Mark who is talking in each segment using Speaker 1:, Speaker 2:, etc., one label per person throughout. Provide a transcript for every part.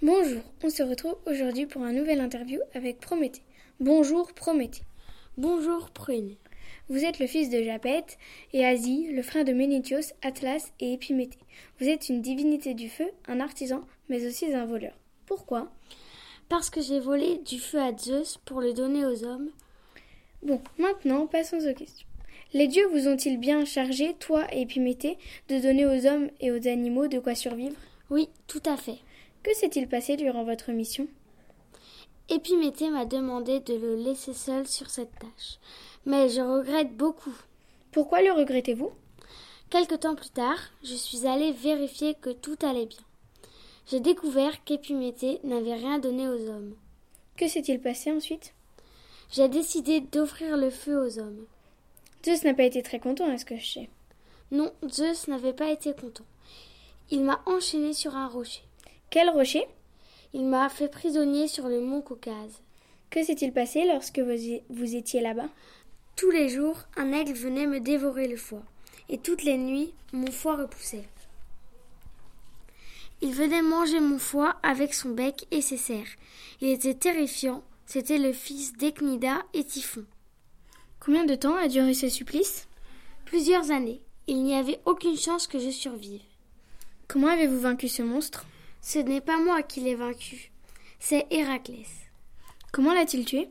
Speaker 1: Bonjour, on se retrouve aujourd'hui pour un nouvel interview avec Prométhée. Bonjour Prométhée.
Speaker 2: Bonjour Prune.
Speaker 1: Vous êtes le fils de Japet et Asie, le frère de Ménétios, Atlas et Épiméthée. Vous êtes une divinité du feu, un artisan, mais aussi un voleur. Pourquoi
Speaker 2: Parce que j'ai volé du feu à Zeus pour le donner aux hommes.
Speaker 1: Bon, maintenant passons aux questions. Les dieux vous ont-ils bien chargé, toi et Épiméthée, de donner aux hommes et aux animaux de quoi survivre
Speaker 2: Oui, tout à fait.
Speaker 1: Que s'est-il passé durant votre mission
Speaker 2: Épiméthée m'a demandé de le laisser seul sur cette tâche. Mais je regrette beaucoup.
Speaker 1: Pourquoi le regrettez-vous
Speaker 2: Quelque temps plus tard, je suis allée vérifier que tout allait bien. J'ai découvert qu'Épiméthée n'avait rien donné aux hommes.
Speaker 1: Que s'est-il passé ensuite
Speaker 2: J'ai décidé d'offrir le feu aux hommes.
Speaker 1: Zeus n'a pas été très content, à ce que je sais.
Speaker 2: Non, Zeus n'avait pas été content. Il m'a enchaîné sur un rocher.
Speaker 1: Quel rocher
Speaker 2: Il m'a fait prisonnier sur le mont Caucase.
Speaker 1: Que s'est-il passé lorsque vous, vous étiez là-bas
Speaker 2: Tous les jours, un aigle venait me dévorer le foie, et toutes les nuits, mon foie repoussait. Il venait manger mon foie avec son bec et ses serres. Il était terrifiant, c'était le fils d'Ecnida et Typhon.
Speaker 1: Combien de temps a duré ce supplice
Speaker 2: Plusieurs années, il n'y avait aucune chance que je survive.
Speaker 1: Comment avez-vous vaincu ce monstre
Speaker 2: Ce n'est pas moi qui l'ai vaincu, c'est Héraclès.
Speaker 1: Comment l'a-t-il tué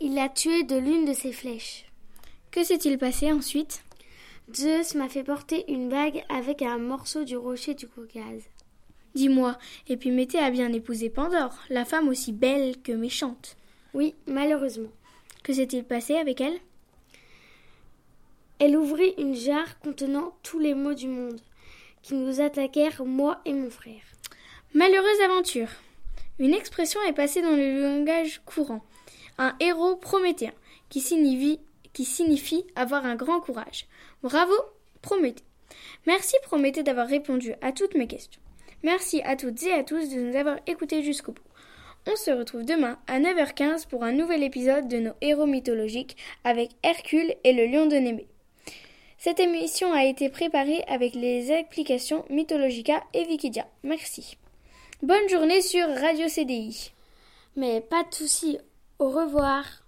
Speaker 2: Il l'a tué de l'une de ses flèches.
Speaker 1: Que s'est-il passé ensuite
Speaker 2: Zeus m'a fait porter une bague avec un morceau du rocher du Caucase.
Speaker 1: Dis-moi, Épiméthée a bien épousé Pandore, la femme aussi belle que méchante.
Speaker 2: Oui, malheureusement.
Speaker 1: Que s'est-il passé avec elle
Speaker 2: Elle ouvrit une jarre contenant tous les maux du monde qui nous attaquèrent, moi et mon frère.
Speaker 1: Malheureuse aventure. Une expression est passée dans le langage courant. Un héros prométhéen, qui signifie, qui signifie avoir un grand courage. Bravo, Prométhée. Merci, Prométhée, d'avoir répondu à toutes mes questions. Merci à toutes et à tous de nous avoir écoutés jusqu'au bout. On se retrouve demain à 9h15 pour un nouvel épisode de nos héros mythologiques avec Hercule et le lion de Nébé. Cette émission a été préparée avec les applications Mythologica et Wikidia. Merci. Bonne journée sur Radio CDI.
Speaker 2: Mais pas de souci, au revoir.